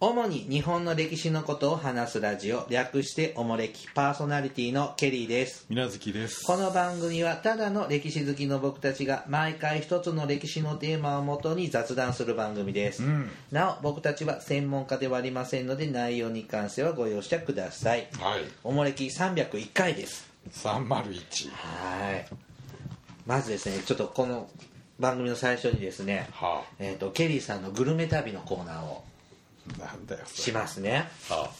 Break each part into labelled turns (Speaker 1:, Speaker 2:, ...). Speaker 1: 主に日本の歴史のことを話すラジオ、略しておもれきパーソナリティのケリーです。
Speaker 2: 水無月です。
Speaker 1: この番組はただの歴史好きの僕たちが毎回一つの歴史のテーマをもとに雑談する番組です、
Speaker 2: うん
Speaker 1: なお僕たちは専門家ではありませんので内容に関してはご容赦ください
Speaker 2: はい。
Speaker 1: おもれき301回です
Speaker 2: 三丸一。
Speaker 1: はいまずですねちょっとこの番組の最初にですね、
Speaker 2: は
Speaker 1: えー、とケリーさんのグルメ旅のコーナーを
Speaker 2: あ。なんだよ。そ
Speaker 1: し
Speaker 2: れ
Speaker 1: ますね
Speaker 2: は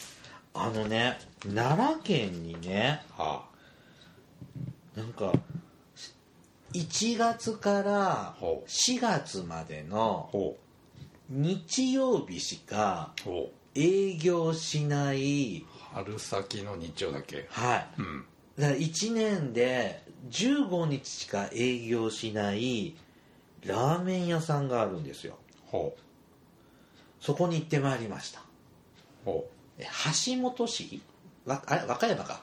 Speaker 1: あのね奈良県にね
Speaker 2: あ。は
Speaker 1: なんか1月から
Speaker 2: ほう
Speaker 1: 4月まで
Speaker 2: あ。
Speaker 1: の
Speaker 2: ほ
Speaker 1: 日曜日しか
Speaker 2: う。ほ
Speaker 1: 営業しない、
Speaker 2: う。春先の日曜だっけ。
Speaker 1: は
Speaker 2: うん。
Speaker 1: い、だから1年で15日しか営業しないラーメン屋さんがあるんですよ
Speaker 2: ほ
Speaker 1: そこに行ってまいりました
Speaker 2: う。ほう。
Speaker 1: え橋本市わあれ和歌山か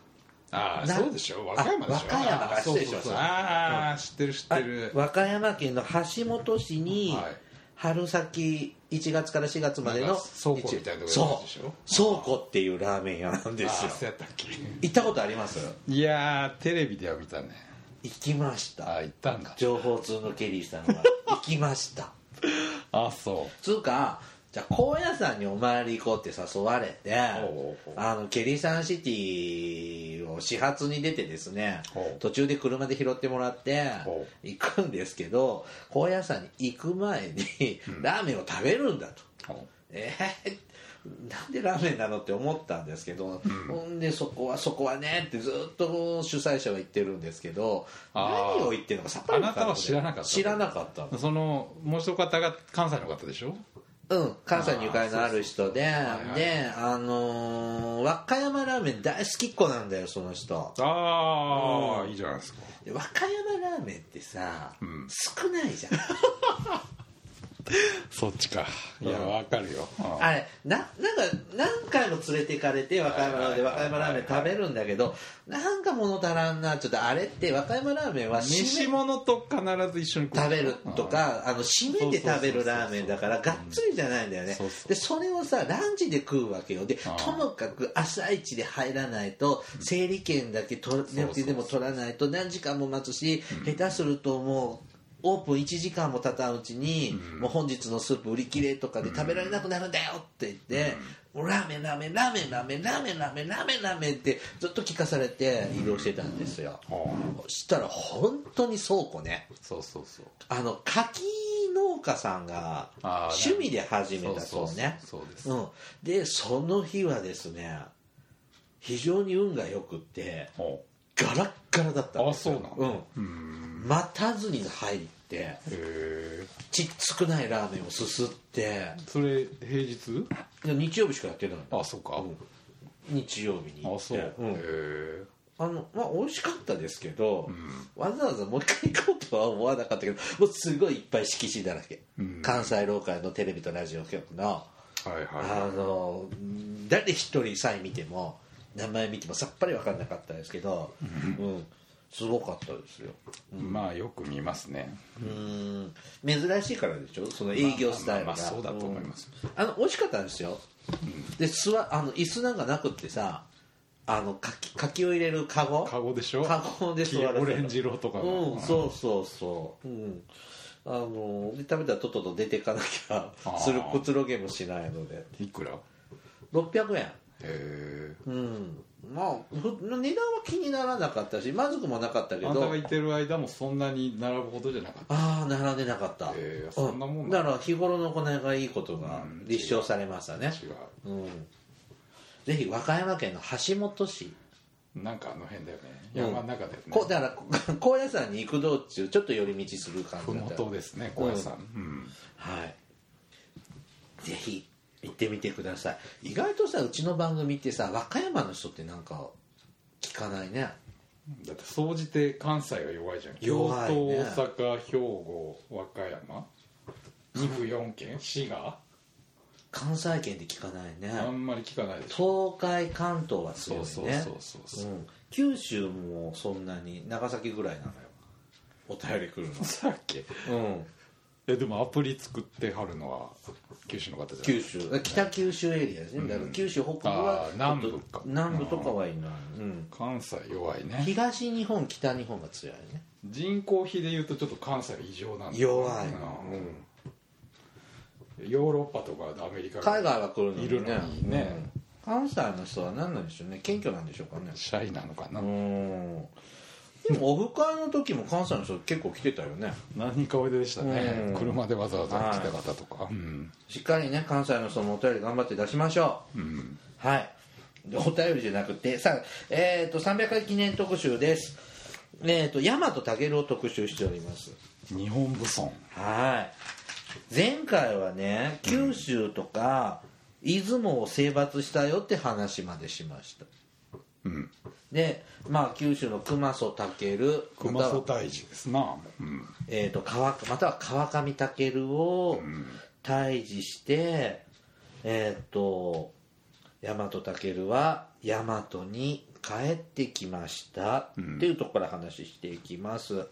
Speaker 2: ああ、
Speaker 1: な
Speaker 2: そうでしょ和歌山でしょ
Speaker 1: あ和歌山が
Speaker 2: ああそう
Speaker 1: 失礼しました
Speaker 2: そうそうああ、知ってる、知っ
Speaker 1: あ
Speaker 2: てる。
Speaker 1: 和歌山県の橋本市に
Speaker 2: はい
Speaker 1: 春先1月から4月まで
Speaker 2: なん
Speaker 1: の
Speaker 2: か倉庫みたいなところ
Speaker 1: そ
Speaker 2: でし
Speaker 1: う
Speaker 2: ょ
Speaker 1: 倉庫っていうラーメン屋なんで
Speaker 2: あ
Speaker 1: す
Speaker 2: あ
Speaker 1: よ
Speaker 2: そうやったっけ。
Speaker 1: 行ったことあります
Speaker 2: いやー、テレビでは見たね。
Speaker 1: 行きまし
Speaker 2: あ
Speaker 1: た
Speaker 2: あ、行ったんだ。
Speaker 1: 情報通のケリーさん は行きました
Speaker 2: ああ、そ
Speaker 1: つうかじゃあ高野山にお参り行こうって誘われて
Speaker 2: ほうほうほう
Speaker 1: あのケリーさんシティを始発に出てですね
Speaker 2: ほう
Speaker 1: 途中で車で拾ってもらって
Speaker 2: ほう
Speaker 1: 行くんですけど高野山に行く前にラーメンを食べるんだと。
Speaker 2: う。ほ
Speaker 1: えーなんでラーメンなのって思ったんですけど、ほんでそこはそこはねってずっと主催者は言ってるんですけど
Speaker 2: あー
Speaker 1: 何を言ってるのかさっぱり分から
Speaker 2: あなたは知らなかった
Speaker 1: 知らなかったの
Speaker 2: うその、もう一方が関西の方でしょ
Speaker 1: うん関西にゆかりのある人で
Speaker 2: そうはい
Speaker 1: であのー和歌山ラーメン大好きっ子なんだよその人
Speaker 2: ああ、いいじゃないですか。
Speaker 1: で和歌山ラーメンってさ、
Speaker 2: うん
Speaker 1: 少ない じゃん
Speaker 2: そっちか。いや、
Speaker 1: うん
Speaker 2: わかるよ。うん
Speaker 1: あれななんか何回も連れていかれて和歌山ラーメンで和歌山ラーメン食べるんだけどなんか物足らんなちょっとあれって和歌山ラーメンは締め
Speaker 2: 西物と必ず一緒に
Speaker 1: 食べるとかあの締めて食べるラーメンだから
Speaker 2: そうそう
Speaker 1: がっ
Speaker 2: そうそう
Speaker 1: つりじゃないんだよね
Speaker 2: そうそう
Speaker 1: でそれをさランチで食うわけよで
Speaker 2: あー
Speaker 1: ともかく朝一で入らないと整理券だけ取
Speaker 2: そうそうそう
Speaker 1: でも取らないと何時間も待つし下手するともうオープン1時間も経たんうちに、もう本日のスープ売り切れとかで食べられなくなるんだよって言って、もうラーメンラーメンラーメンラーメンラーメンラーメンラーメンラーメンってずっと聞かされて移動してたんですよ、
Speaker 2: うん
Speaker 1: そしたら本当に倉庫ね
Speaker 2: そうそうそう
Speaker 1: あの柿農家さんが
Speaker 2: あー
Speaker 1: 趣味で始めたそうね
Speaker 2: そうそうそうそうです
Speaker 1: うんでその日はですね非常に運が良くって
Speaker 2: ほ
Speaker 1: ガラッガラだったんですよ
Speaker 2: あそうな
Speaker 1: う
Speaker 2: ううんん
Speaker 1: 待たずに入って
Speaker 2: へえ
Speaker 1: ちっつくないラーメンをすすって
Speaker 2: それ平日
Speaker 1: で日曜日しかやってないの
Speaker 2: あそうか、
Speaker 1: 日曜日に行
Speaker 2: あ
Speaker 1: っ
Speaker 2: そう
Speaker 1: て
Speaker 2: へ
Speaker 1: ん
Speaker 2: え
Speaker 1: あのまあ美味しかったですけど、わざわざもう一回行こうとは思わなかったけどもうすごいいっぱい色紙だらけ、
Speaker 2: うん
Speaker 1: 関西ローカルのテレビとラジオ局の
Speaker 2: はいはい
Speaker 1: あ
Speaker 2: は
Speaker 1: の誰一人さえ見ても名前見てもさっぱり分かんなかったですけど、うん、すごかったですよ
Speaker 2: いまあよく見ますね
Speaker 1: うん珍しいからでしょその営業スタイルが、
Speaker 2: まあまあまあそうだと思います
Speaker 1: うんあの美味しかったんですよ、で座あの椅子なんかなくってさあの柿柿を入れるカゴ
Speaker 2: カゴでしょ
Speaker 1: カゴで座らせた
Speaker 2: オレンジ色とかの
Speaker 1: うんそうそうそううんあので食べたらとっとと出ていかなきゃ
Speaker 2: あー
Speaker 1: するくつろげもしないので
Speaker 2: いくらへ
Speaker 1: 600円
Speaker 2: え
Speaker 1: うんまあふ値段は気にならなかったしまずくもなかったけ
Speaker 2: あんた
Speaker 1: ど
Speaker 2: がいてる間もそんなに並ぶほどじゃなかっ
Speaker 1: ああ並んでなかった、
Speaker 2: へえそんなもんなんだ
Speaker 1: だから日頃の行いがいいことが
Speaker 2: うん
Speaker 1: 立証されましたね
Speaker 2: た違
Speaker 1: うん、ぜひ和歌山県の橋本市
Speaker 2: うなんかあの辺だよね
Speaker 1: うん
Speaker 2: 山の中だよね、
Speaker 1: こだから こ高野山に行く道中ちょっと寄り道する感
Speaker 2: ふ
Speaker 1: じだ
Speaker 2: も
Speaker 1: った
Speaker 2: とですね小屋さん、うん
Speaker 1: はいぜひ行ってみてください意外とさうちの番組ってさ和歌山の人ってなんか聞かないね
Speaker 2: だって総じて関西が弱いじゃん、
Speaker 1: 弱い
Speaker 2: 京都
Speaker 1: ね
Speaker 2: 大阪兵庫和歌山2府4県滋賀
Speaker 1: 関西圏で聞かないね
Speaker 2: あんまり聞かないでしょ
Speaker 1: 東海関東は強い
Speaker 2: そ
Speaker 1: ね
Speaker 2: うそうそうそうそう
Speaker 1: うん九州もそんなに長崎ぐらいなのよお便り来るの
Speaker 2: さっき
Speaker 1: うん
Speaker 2: えでもアプリ作ってはるのは九州の方じゃない
Speaker 1: 九州北九州エリアですね、だから九州北部は
Speaker 2: あー南部か
Speaker 1: 南部とかはいない、うん
Speaker 2: 関西弱いね
Speaker 1: 東日本北日本が強いね
Speaker 2: 人口比でいうとちょっと関西は異常なんだ
Speaker 1: 弱い
Speaker 2: うん
Speaker 1: な、うん
Speaker 2: ヨーロッパとかアメリカ
Speaker 1: 海外は来るのにね
Speaker 2: いるのにね
Speaker 1: うん関西の人は何なんでしょうね謙虚なんでしょうかね
Speaker 2: シャイなのかな、
Speaker 1: うんでもオフ会の時も関西の人結構来てたよね
Speaker 2: 何かおいででしたね、
Speaker 1: うん
Speaker 2: 車でわざわざ来た方とか、うん
Speaker 1: しっかりね関西の人もお便り頑張って出しましょう、
Speaker 2: うん
Speaker 1: はいでお便りじゃなくてさえっ、と300回記念特集ですえっ、と大和武を特集しております
Speaker 2: 日本武村
Speaker 1: はい前回はね九州とか、出雲を征伐したよって話までしました
Speaker 2: うん
Speaker 1: でまあ九州の熊曽武
Speaker 2: 熊
Speaker 1: ま
Speaker 2: 曽
Speaker 1: たは
Speaker 2: 大治ですな、うん
Speaker 1: えー、と川または川上武を退治して、えっ、と大和武は大和に帰ってきました、っていうところから話していきます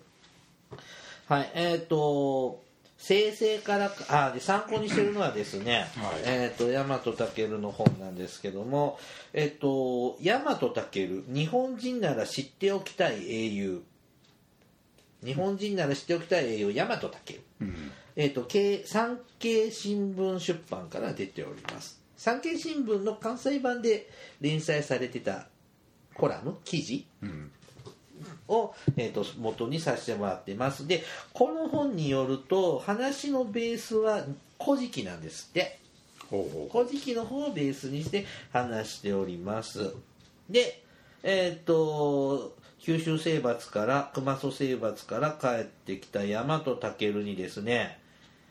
Speaker 1: はいえっ、と生成からあで参考にしてるのはですね、
Speaker 2: はい
Speaker 1: えっ、と大和武の本なんですけどもえっ、と大和武日本人なら知っておきたい英雄日本人なら知っておきたい栄養大和武、
Speaker 2: うん
Speaker 1: えー、と経産経新聞出版から出ております産経新聞の関西版で連載されてたコラム記事
Speaker 2: うん
Speaker 1: を、えー、と元にさせてもらってますでこの本によると話のベースは「古事記」なんですって
Speaker 2: ほうほ
Speaker 1: 古事記の方をベースにして話しておりますでえっ、と九州征伐から熊曽征伐から帰ってきた大和武にですね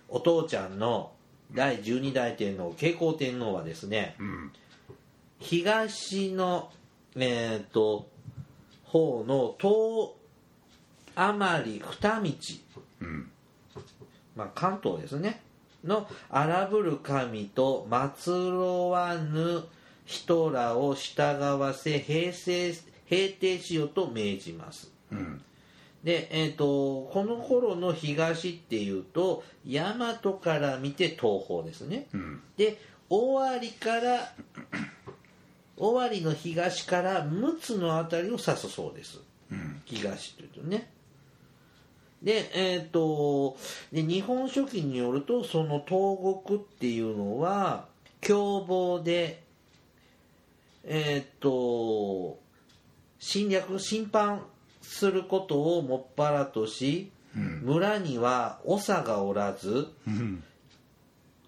Speaker 1: お父ちゃんの第12代天皇慶光天皇はですね
Speaker 2: う、うん、
Speaker 1: 東のえっ、と方の東余り二道
Speaker 2: うん、
Speaker 1: まあ、関東ですねの荒ぶる神と祀ろわぬ人らを従わせ平成平定しようと命じます
Speaker 2: うん、
Speaker 1: で、えー、とこの頃の東っていうと大和から見て東方ですね
Speaker 2: うん、
Speaker 1: で尾張から尾張の東から陸奥の辺りを指すそうです
Speaker 2: うん、
Speaker 1: 東というとねでえっ、とで「日本書紀」によるとその東国っていうのは凶暴でえっ、と侵略侵犯することをもっぱらとし、
Speaker 2: うん
Speaker 1: 村には長がおらず
Speaker 2: うん、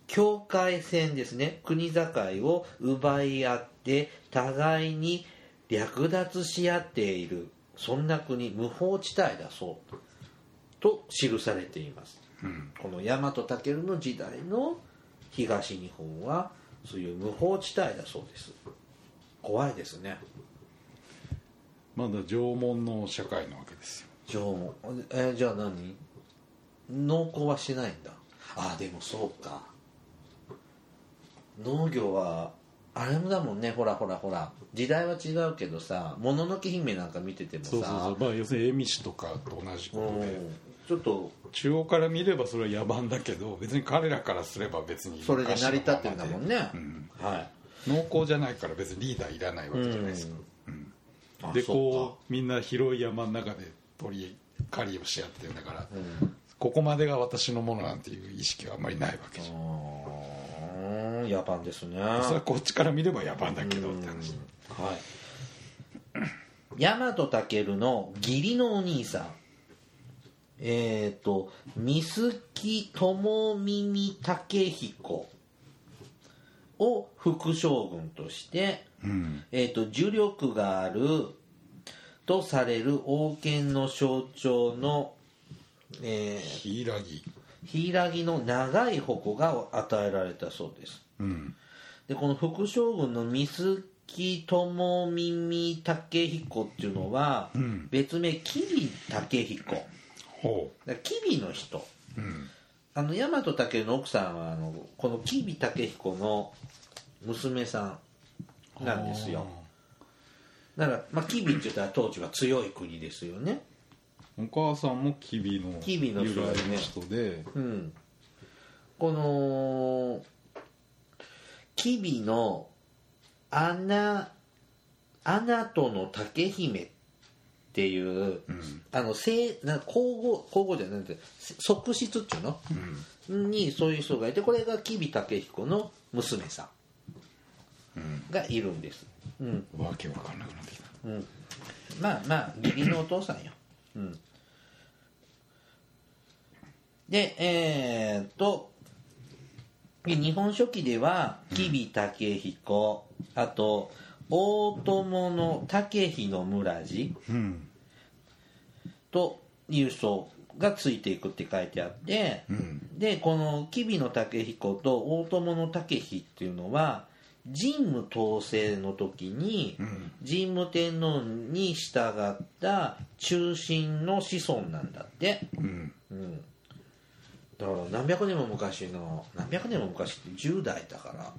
Speaker 1: 境界線ですね国境を奪い合って互いに略奪し合っているそんな国無法地帯だそうと記されています
Speaker 2: うん、
Speaker 1: この大和武の時代の東日本はそういう無法地帯だそうです怖いですね
Speaker 2: まだ縄文の社会なわけですよ
Speaker 1: じゃあえじゃあ何農耕はしないんだあでもそうか農業はあれもだもんねほらほらほら時代は違うけどさもののけ姫なんか見ててもさ
Speaker 2: そうそうそうまあ要するに蝦夷とかと同じこと
Speaker 1: う
Speaker 2: で、
Speaker 1: んちょっと
Speaker 2: 中央から見ればそれは野蛮だけど別に彼らからすれば別に
Speaker 1: それで成り立ってんだもんね、
Speaker 2: うん
Speaker 1: はい
Speaker 2: 濃厚じゃないから別にリーダーいらないわけじゃないですか、
Speaker 1: あ
Speaker 2: で
Speaker 1: そう
Speaker 2: こうみんな広い山の中で取り狩りをし合ってるんだから、
Speaker 1: ん
Speaker 2: ここまでが私のものなんていう意識はあんまりないわけじゃん、
Speaker 1: うーん野蛮ですね
Speaker 2: それはこっちから見れば野蛮だけどって話、
Speaker 1: はい。大和武の義理のお兄さん。えっ、と、三月智耳武彦を副将軍として、
Speaker 2: うん
Speaker 1: えっ、と、呪力があるとされる王権の象徴の、えー、
Speaker 2: 柊木
Speaker 1: 柊の長い矛が与えられたそうです。
Speaker 2: うん
Speaker 1: でこの副将軍の三木智耳武彦っていうのは、
Speaker 2: ん
Speaker 1: 別名吉備武彦だか
Speaker 2: ほ
Speaker 1: ら吉備の人
Speaker 2: ううん
Speaker 1: あの大和武の奥さんはあのこの吉備武彦の娘さんなんですよだから、まあ、吉備って言ったら当時は強い国ですよね
Speaker 2: お母さんもキビの
Speaker 1: 吉備の
Speaker 2: 由
Speaker 1: 人だね
Speaker 2: 来の人で
Speaker 1: うん、この吉備のアナアナとの竹姫っていう、あのせな皇后皇后じゃなくて側室っていうの、にそういう人がいてこれが吉備武彦の娘さんがいるんです、うん
Speaker 2: わけわかんなくなってきた
Speaker 1: まあまあ義理のお父さんよ、うん、でえー、っとで日本書紀では吉備武彦あと大友の武比の村地
Speaker 2: うん
Speaker 1: という人がついていくって書いてあって、
Speaker 2: うん
Speaker 1: でこの吉備の武彦と大友の武比っていうのは神武統制の時に
Speaker 2: ん
Speaker 1: 神武天皇に従った中心の子孫なんだって
Speaker 2: うん
Speaker 1: だから何百年も昔の何百年も昔って10代だか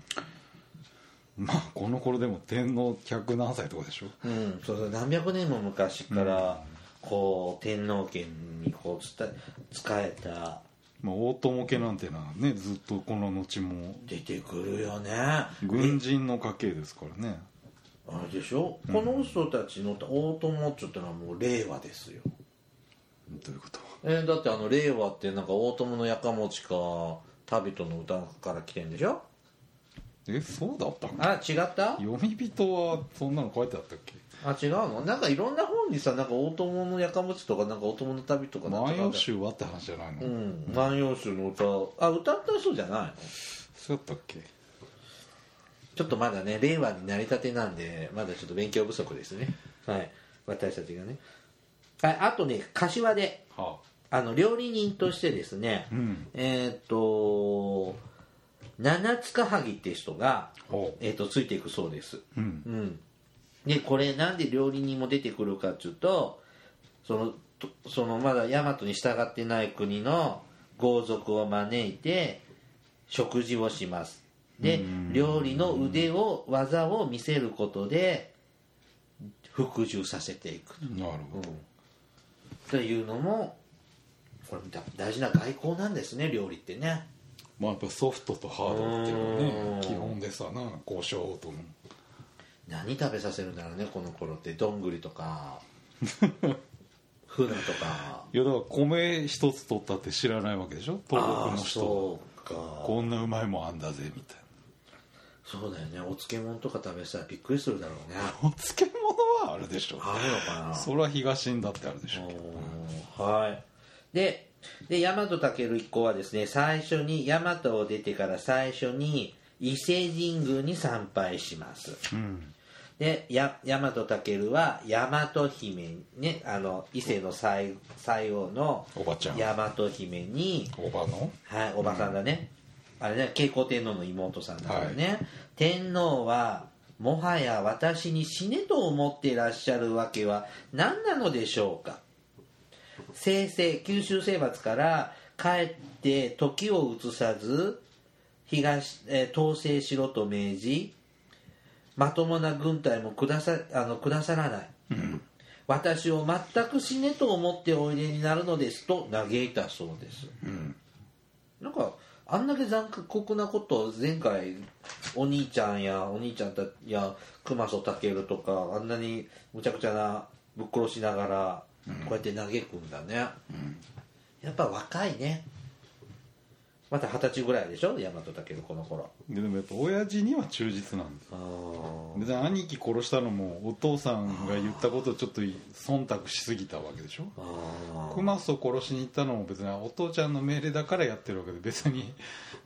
Speaker 2: まあこの頃でも天皇百何歳とかでしょ
Speaker 1: ら、うん、そうそう何百年も昔からこう天皇家にこう伝え仕えた
Speaker 2: まあ大友家なんてのはねずっとこの後も
Speaker 1: 出てくるよね
Speaker 2: 軍人の家系ですからね
Speaker 1: あれでしょ、この人たちの大友っちゅってのはもう令和ですよ、
Speaker 2: どういうこと
Speaker 1: えーだってあの令和ってなんか大友のやかもちか旅人の歌から来てんでしょ
Speaker 2: えそうだったの
Speaker 1: あ違った
Speaker 2: 読み人はそんなの書いてあったっけ
Speaker 1: あ違うのなんかいろんな本にさなんか大友のやかもちとかなんか大友の旅と
Speaker 2: 「
Speaker 1: かなんとか
Speaker 2: 万葉集は」って話じゃない
Speaker 1: う
Speaker 2: の、
Speaker 1: ん「万葉集」の歌あ歌った人じゃないの
Speaker 2: そうだったっけ
Speaker 1: ちょっとまだね令和になりたてなんでまだちょっと勉強不足ですねはい私たちがねはいあとね柏で
Speaker 2: は
Speaker 1: あの料理人としてですね、
Speaker 2: うん
Speaker 1: えーっと七塚萩って人が、
Speaker 2: ほう
Speaker 1: えーっとついていくそうです、
Speaker 2: うん
Speaker 1: うん、でこれなんで料理人も出てくるかっていうとそのとそのまだ大和に従ってない国の豪族を招いて食事をしますで料理の腕を技を見せることで服従させていく
Speaker 2: なるほど、
Speaker 1: というのもこれだ大事な外交なんですね料理ってね
Speaker 2: まあやっぱソフトとハードっていうの
Speaker 1: う
Speaker 2: は
Speaker 1: ん
Speaker 2: ね基本でさな交渉との
Speaker 1: 何食べさせるんだろうねこの頃ってどんぐりと か船とか
Speaker 2: いやだから米一つ取ったって知らないわけでしょ東
Speaker 1: あ
Speaker 2: 北
Speaker 1: あ
Speaker 2: の人
Speaker 1: そうか
Speaker 2: こんなうまいもんあんだぜみたい
Speaker 1: そうだよねお漬物とか食べてたらびっくりするだろうね
Speaker 2: なお漬物はあるでしょ
Speaker 1: あるのかな
Speaker 2: それは東にだってあるでしょ
Speaker 1: おーはいでで大和武一行はですね最初に大和を出てから最初に伊勢神宮に参拝します、
Speaker 2: うん
Speaker 1: でや大和武は大和姫ねあの伊勢の最最王の
Speaker 2: おばちゃん
Speaker 1: 大和姫に
Speaker 2: おばの
Speaker 1: はい、おばさんだね、あれね慶光天皇の妹さんだからね、天皇はもはや私に死ねと思っていらっしゃるわけは何なのでしょうか正々九州征伐から帰って時を移さず東、えー統制しろと命じまともな軍隊もくださあのくださらない、私を全く死ねと思っておいでになるのですと嘆いたそうです、なんかあんだけ残酷なことを前回お兄ちゃんやお兄ちゃんたや熊曽健とかあんなにむちゃくちゃなぶっ殺しながらこうやって嘆くんだね、やっぱ若いねまた二十歳ぐらいでしょ大和健この頃
Speaker 2: ででもやっぱ親父には忠実なんです
Speaker 1: あー
Speaker 2: 別に兄貴殺したのもお父さんが言ったことをちょっと忖度しすぎたわけでしょ
Speaker 1: あ
Speaker 2: クマスを殺しに行ったのも別にお父ちゃんの命令だからやってるわけで別 に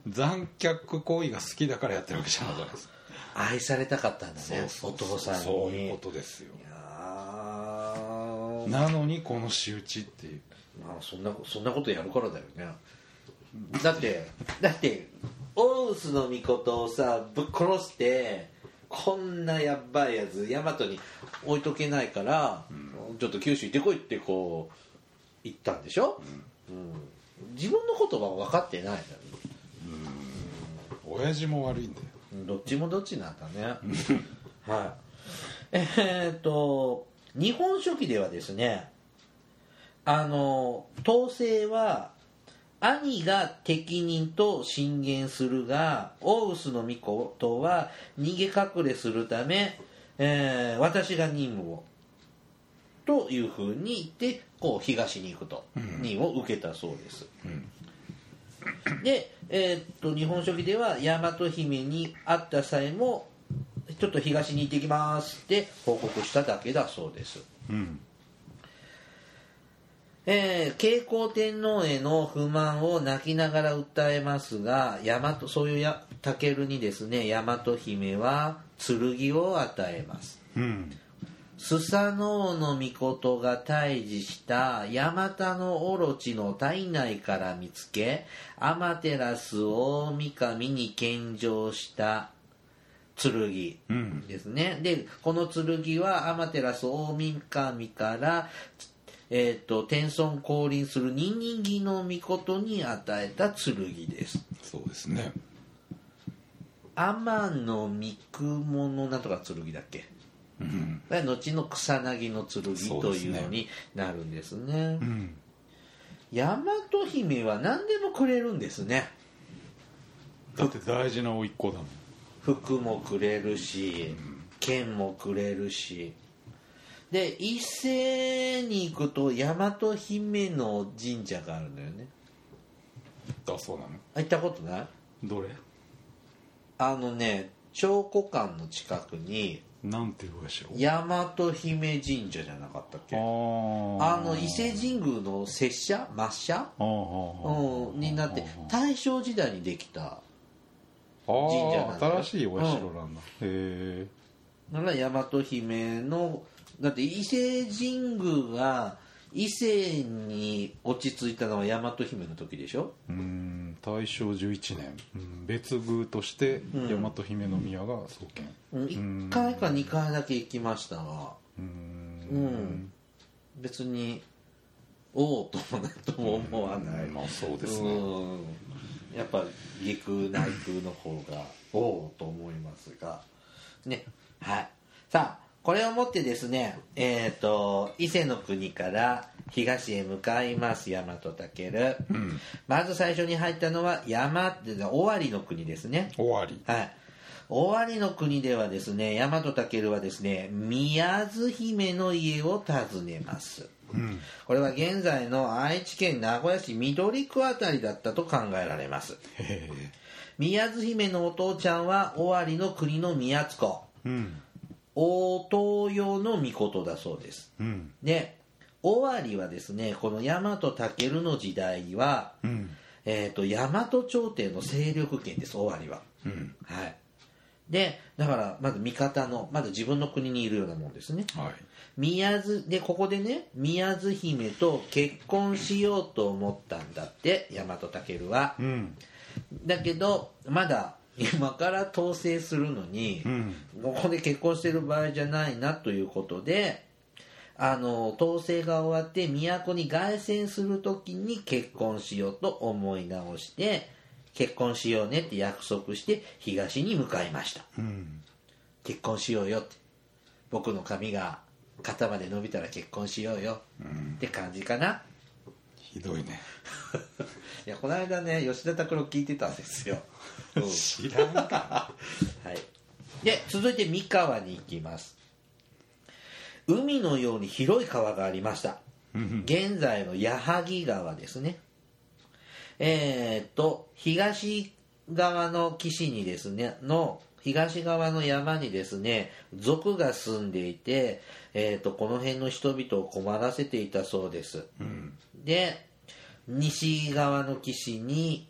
Speaker 2: 残虐行為が好きだからやってるわけじゃないじゃないですか
Speaker 1: ー愛されたかったんだねお父さんに
Speaker 2: そういうことですよ
Speaker 1: いやー
Speaker 2: なのにこの仕打ちっていう
Speaker 1: まあそんなそんなことやるからだよねだってだってオウスの御事をさぶっ殺してこんなやっばいやつ大和に置いとけないから、ちょっと九州行ってこいってこう言ったんでしょ、うん自分のことは分かってないんだよ
Speaker 2: 親父も悪いんだよ
Speaker 1: どっちもどっちなんだね はいえーっと「日本書紀」ではですねあの統制は兄が敵人と進言するが大臼の御子とは逃げ隠れするため、えー私が任務をというふうに言ってこう東に行くと、任を受けたそうです、で、えーっと日本書紀では大和姫に会った際もちょっと東に行ってきますって報告しただけだそうです
Speaker 2: うん
Speaker 1: えー慶光天皇への不満を泣きながら訴えますが大和そういうや武にですね大和姫は剣を与えます
Speaker 2: うん
Speaker 1: スサノオノミコトが退治したヤマタノオロチの体内から見つけ、アマテラスを三神に献上した剣
Speaker 2: うん
Speaker 1: ですね。で、この剣はアマテラス大三神から、えっ、と、天孫降臨するニニギのミコトに与えた剣です。
Speaker 2: そうですね
Speaker 1: 天の三雲のなんとか剣だっけ
Speaker 2: うん
Speaker 1: が後の草薙の剣というのになるんですね
Speaker 2: うん
Speaker 1: 大和姫は何でもくれるんですね
Speaker 2: だって大事な甥っ子だもん
Speaker 1: 服もくれるし剣もくれるしで伊勢に行くと大和姫の神社があるんだよね
Speaker 2: だそうなの
Speaker 1: あ行ったことない
Speaker 2: どれ
Speaker 1: あのね長古館の近くに
Speaker 2: なんていうかしら
Speaker 1: 大和姫神社じゃなかったっ
Speaker 2: あ
Speaker 1: けあの伊勢神宮の拙者抹茶
Speaker 2: ああ
Speaker 1: うん、になって大正時代にできた
Speaker 2: 神
Speaker 1: 神社なんだよ
Speaker 2: 新しいお社なんだ、へえ
Speaker 1: のが大和姫のだって伊勢神宮が伊勢に落ち着いたのは大和姫の時でしょ
Speaker 2: うん大正11年、うん別宮として大和姫宮が創建
Speaker 1: うん1回か2回だけ行きましたが
Speaker 2: う
Speaker 1: う
Speaker 2: ん
Speaker 1: ん別におおともなんとも思わない
Speaker 2: まあそうですね
Speaker 1: うんやっぱ陸内空の方がおおと思いますがねはいさあこれをもってですねえっ、と伊勢の国から東へ向かいます大和武、まず最初に入ったのは山っていうのは尾張の国ですね
Speaker 2: 終わり
Speaker 1: はい尾張の国ではですね大和武はですね宮津姫の家を訪ねます
Speaker 2: うん
Speaker 1: これは現在の愛知県名古屋市緑区あたりだったと考えられます
Speaker 2: へえ
Speaker 1: 宮津姫のお父ちゃんは尾張の国の宮津子
Speaker 2: うん
Speaker 1: 大東洋の御事だそうです
Speaker 2: うん
Speaker 1: で尾張はですねこの大和武の時代は、
Speaker 2: うん
Speaker 1: えー、と大和朝廷の勢力圏です尾張は
Speaker 2: うん
Speaker 1: はいでだからまず味方のまず自分の国にいるようなもんですね
Speaker 2: はい
Speaker 1: 宮津でここでね宮津姫と結婚しようと思ったんだって大和武は
Speaker 2: うん
Speaker 1: だけどまだ今から統制するのに、
Speaker 2: うん
Speaker 1: ここで結婚してる場合じゃないなということであの統制が終わって都に凱旋する時に結婚しようと思い直して結婚しようねって約束して東に向かいました
Speaker 2: うん
Speaker 1: 結婚しようよって僕の髪が肩まで伸びたら結婚しようよって感じかな、
Speaker 2: ひどいね
Speaker 1: いやこの間ね吉田拓郎聞いてたんです よ、うん
Speaker 2: 知らんか
Speaker 1: はい、で続いて三河に行きます海のように広い川がありました現在の矢作川ですねえー、と東側の岸にですねの東側の山にですね族が住んでいて、えー、とこの辺の人々を困らせていたそうです、で西側の岸に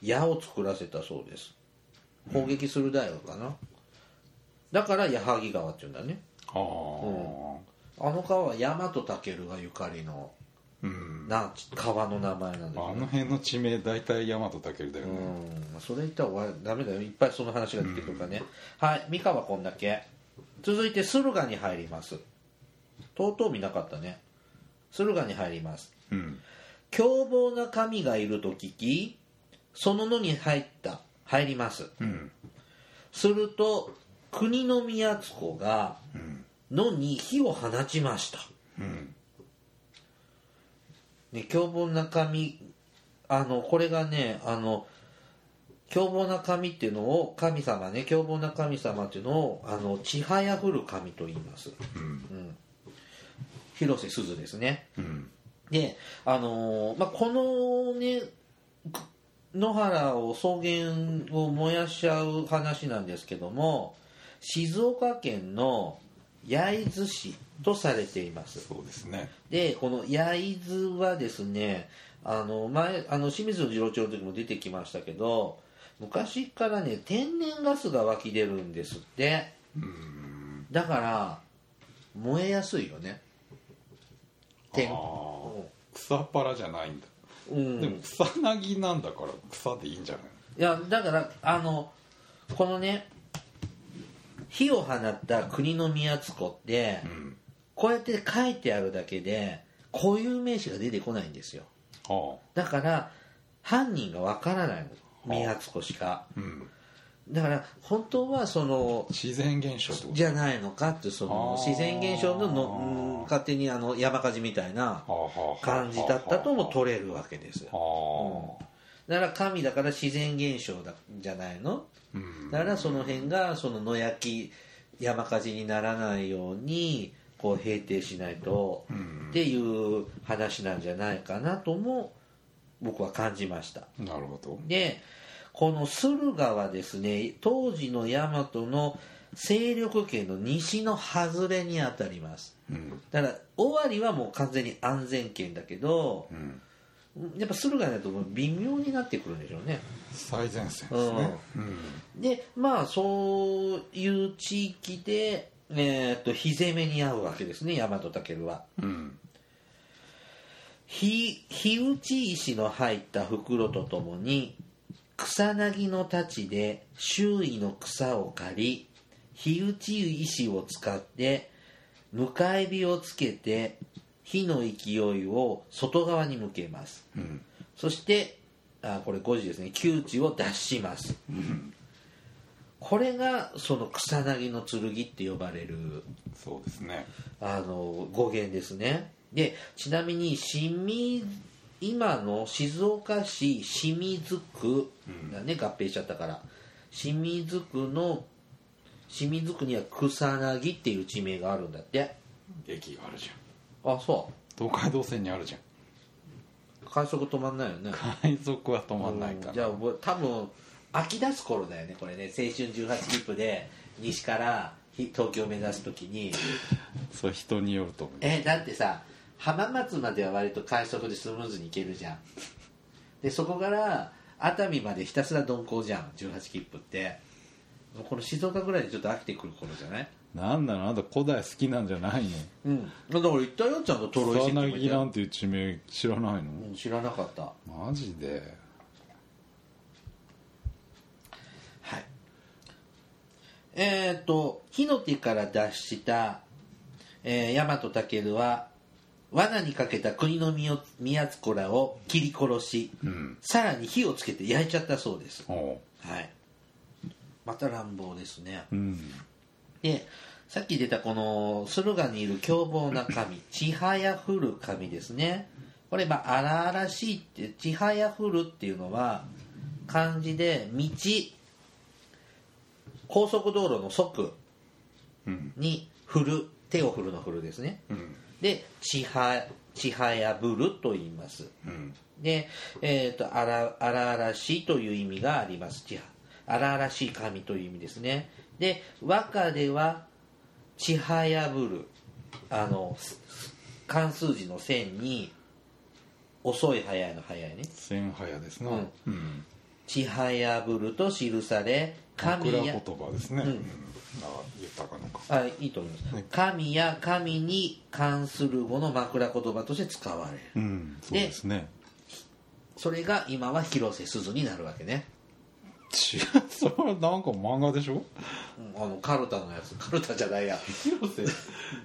Speaker 1: 矢を作らせたそうです攻撃する大学かな、だから矢作川っていうんだね
Speaker 2: ああ
Speaker 1: あの川は大和武がゆかりの
Speaker 2: うん
Speaker 1: な川の名前なんです
Speaker 2: あ
Speaker 1: よ
Speaker 2: の辺の地名大体大和武だよ
Speaker 1: う
Speaker 2: ね
Speaker 1: んそれ言ったら終わりダメだよいっぱいその話が出てくるからね、はい三河こんだけ続いて駿河に入りますとうとう見なかったね駿河に入ります
Speaker 2: うん
Speaker 1: 凶暴な神がいると聞きその野に入った入ります
Speaker 2: うん
Speaker 1: すると国の宮津子が
Speaker 2: うん
Speaker 1: 野に火を放ちました
Speaker 2: うん
Speaker 1: ね、凶暴な神あのこれがねあの凶暴な神っていうのを神様ね凶暴な神様っていうのをあのちはやふる神と言います、うん広瀬すずですね
Speaker 2: うん
Speaker 1: であのーまあ、このねく野原を草原を燃やしちゃう話なんですけども静岡県の焼津市とされています
Speaker 2: そうですね
Speaker 1: でこの焼津はですねあの前あの清水次郎町の時も出てきましたけど昔からね天然ガスが湧き出るんですって
Speaker 2: うん
Speaker 1: だから燃えやすいよね天
Speaker 2: あー草っぱらじゃないんだ、
Speaker 1: うん
Speaker 2: でも草薙なんだから草でいいんじゃない
Speaker 1: いやだからあのこのね火を放った国の宮津湖って、
Speaker 2: うん
Speaker 1: こうやって書いてあるだけで固有名詞が出てこないんですよ
Speaker 2: あ
Speaker 1: だから犯人がわからないの宮津湖しか
Speaker 2: あうん
Speaker 1: だから本当はその
Speaker 2: 自然現象ってこと
Speaker 1: じゃないのかってその
Speaker 2: あー
Speaker 1: 自然現象のの、うん勝手にあの山火事みたいな
Speaker 2: はあはあはあ
Speaker 1: 感じだったとも取れるわけです
Speaker 2: ああ
Speaker 1: だから神だから自然現象だじゃないの
Speaker 2: うん
Speaker 1: だからその辺がその野焼き山火事にならないようにこう平定しないと
Speaker 2: うん
Speaker 1: っていう話なんじゃないかなとも僕は感じました
Speaker 2: なるほど
Speaker 1: でこの駿河はですね当時の大和の勢力圏の西の外れにあたります
Speaker 2: うん
Speaker 1: だから尾張はもう完全に安全圏だけど
Speaker 2: うん
Speaker 1: やっぱ駿河だと微妙になってくるんでしょうね
Speaker 2: 最前線ですねうん
Speaker 1: でまあそういう地域で、えー、と火攻めに遭うわけですね大和武は
Speaker 2: うん
Speaker 1: 火火打ち石の入った袋とともに草薙の太刀で周囲の草を刈り火打ち石を使って迎え火をつけて火の勢いを外側に向けます
Speaker 2: うん
Speaker 1: そしてあこれ5時ですね窮地を脱しますこれがその草薙の剣って呼ばれる
Speaker 2: そうですね
Speaker 1: あの語源ですねでちなみに清水今の静岡市清水区だね、合併しちゃったから清水区の清水区には草薙っていう地名があるんだって
Speaker 2: 駅があるじゃん
Speaker 1: あそ
Speaker 2: 東海道線にあるじゃん
Speaker 1: う感触止まんないよね
Speaker 2: 海賊は止まんないか
Speaker 1: じゃ
Speaker 2: ら
Speaker 1: あ僕多分秋出す頃だよねこれね青春18切符で西からひ東京を目指す時に
Speaker 2: それ人によると思う
Speaker 1: えだってさ浜松までは割と快速でスムーズに行けるじゃんでそこから熱海までひたすら鈍行じゃん18切符ってもうこの静岡ぐらいでちょっと飽きてくる頃じゃない
Speaker 2: なんだろうあんた古代好きなんじゃないの
Speaker 1: うんだから言ったよちゃんとト
Speaker 2: 草
Speaker 1: ロイシ
Speaker 2: 薙なんていう地名知らないの
Speaker 1: 知らなかった
Speaker 2: マジで
Speaker 1: はい。えっ、と、火の手から脱した、えー、大和武は、罠にかけた国の宮宮津子らを切り殺し、
Speaker 2: うん
Speaker 1: さらに火をつけて焼いちゃったそうです。
Speaker 2: おう
Speaker 1: はい。また乱暴ですね。
Speaker 2: うん
Speaker 1: で、さっき出たこの、駿河にいる凶暴な神、 ちはやふる神ですね。これ、まあ、荒々しいって、ちはやふるっていうのは、漢字で、道、高速道路の即
Speaker 2: うん
Speaker 1: に振る、手を振るの振るですね。
Speaker 2: うん
Speaker 1: で、ちは、ちはやぶると言います。
Speaker 2: うん
Speaker 1: で、えっ、と、荒荒々しいという意味があります。ちは荒々しい神という意味ですね。で、和歌では、ちはやぶる、あの、漢数字の線に、遅い早いの早いね。
Speaker 2: 千早ですな
Speaker 1: うん
Speaker 2: うん
Speaker 1: ちはやぶると記され、
Speaker 2: 枕
Speaker 1: 神
Speaker 2: 言
Speaker 1: や、
Speaker 2: 葉ですねうんあ言ったかなんか
Speaker 1: あ、いいと思います。神や神に関する語の枕言葉として使われる。
Speaker 2: うんそうですね
Speaker 1: それが今は広瀬すずになるわけね。
Speaker 2: 違うそれなんか漫画でしょ
Speaker 1: うんあの、カルタのやつ、カルタじゃないや。
Speaker 2: 広瀬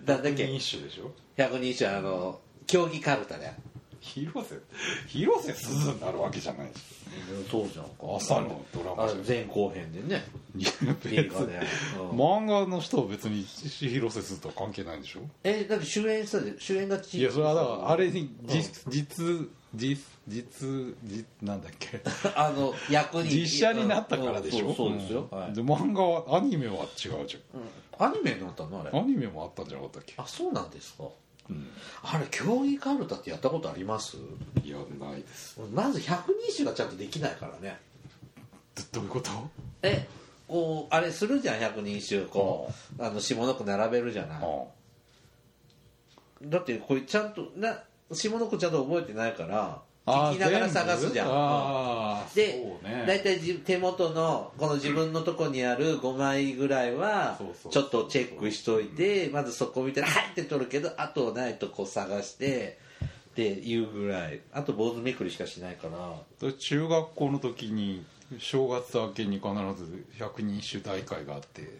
Speaker 1: なんだっけ
Speaker 2: 一種でしょ
Speaker 1: 百人一首あの競技カルタだよ
Speaker 2: 広瀬広瀬すずになるわけじゃないし
Speaker 1: そうじゃんか
Speaker 2: 朝のドラマ
Speaker 1: あ
Speaker 2: じゃん
Speaker 1: 前後編でね
Speaker 2: いや別に
Speaker 1: 映画で、うん
Speaker 2: 漫画の人は別に広瀬すずとは関係ないんでしょ
Speaker 1: えだって主演したで主演がち
Speaker 2: いやそれはだからあれに実
Speaker 1: う
Speaker 2: 実実実実なんだっ け
Speaker 1: あの役に
Speaker 2: 実写になったからでしょ、
Speaker 1: うんそうそうですよ、
Speaker 2: うん
Speaker 1: はい
Speaker 2: で漫画はアニメは違うじ
Speaker 1: アニメになったのあ
Speaker 2: ゃん
Speaker 1: れ
Speaker 2: アニメもあったんじゃなかったっけ
Speaker 1: あそうなんですか
Speaker 2: うん
Speaker 1: あれ競技カルタってやったことあります
Speaker 2: いやないです
Speaker 1: まず百人一首がちゃんとできないからね
Speaker 2: どどういうこと
Speaker 1: えこうあれするじゃん百人一首こうあの下の句並べるじゃない
Speaker 2: あ
Speaker 1: だってこれちゃんとな下の句ちゃんと覚えてないから
Speaker 2: あ
Speaker 1: 聞きながら探すじゃんうん
Speaker 2: あー
Speaker 1: で
Speaker 2: そうね
Speaker 1: 大体じ手元のこの自分のとこにある5枚ぐらいは
Speaker 2: そうそう
Speaker 1: ちょっとチェックしといてまずそこ見たら「はい!」って取るけどあとないとこ探してっていうぐらいあと坊主めくりしかしないから
Speaker 2: それ中学校の時に正月明けに必ず百人一首大会があって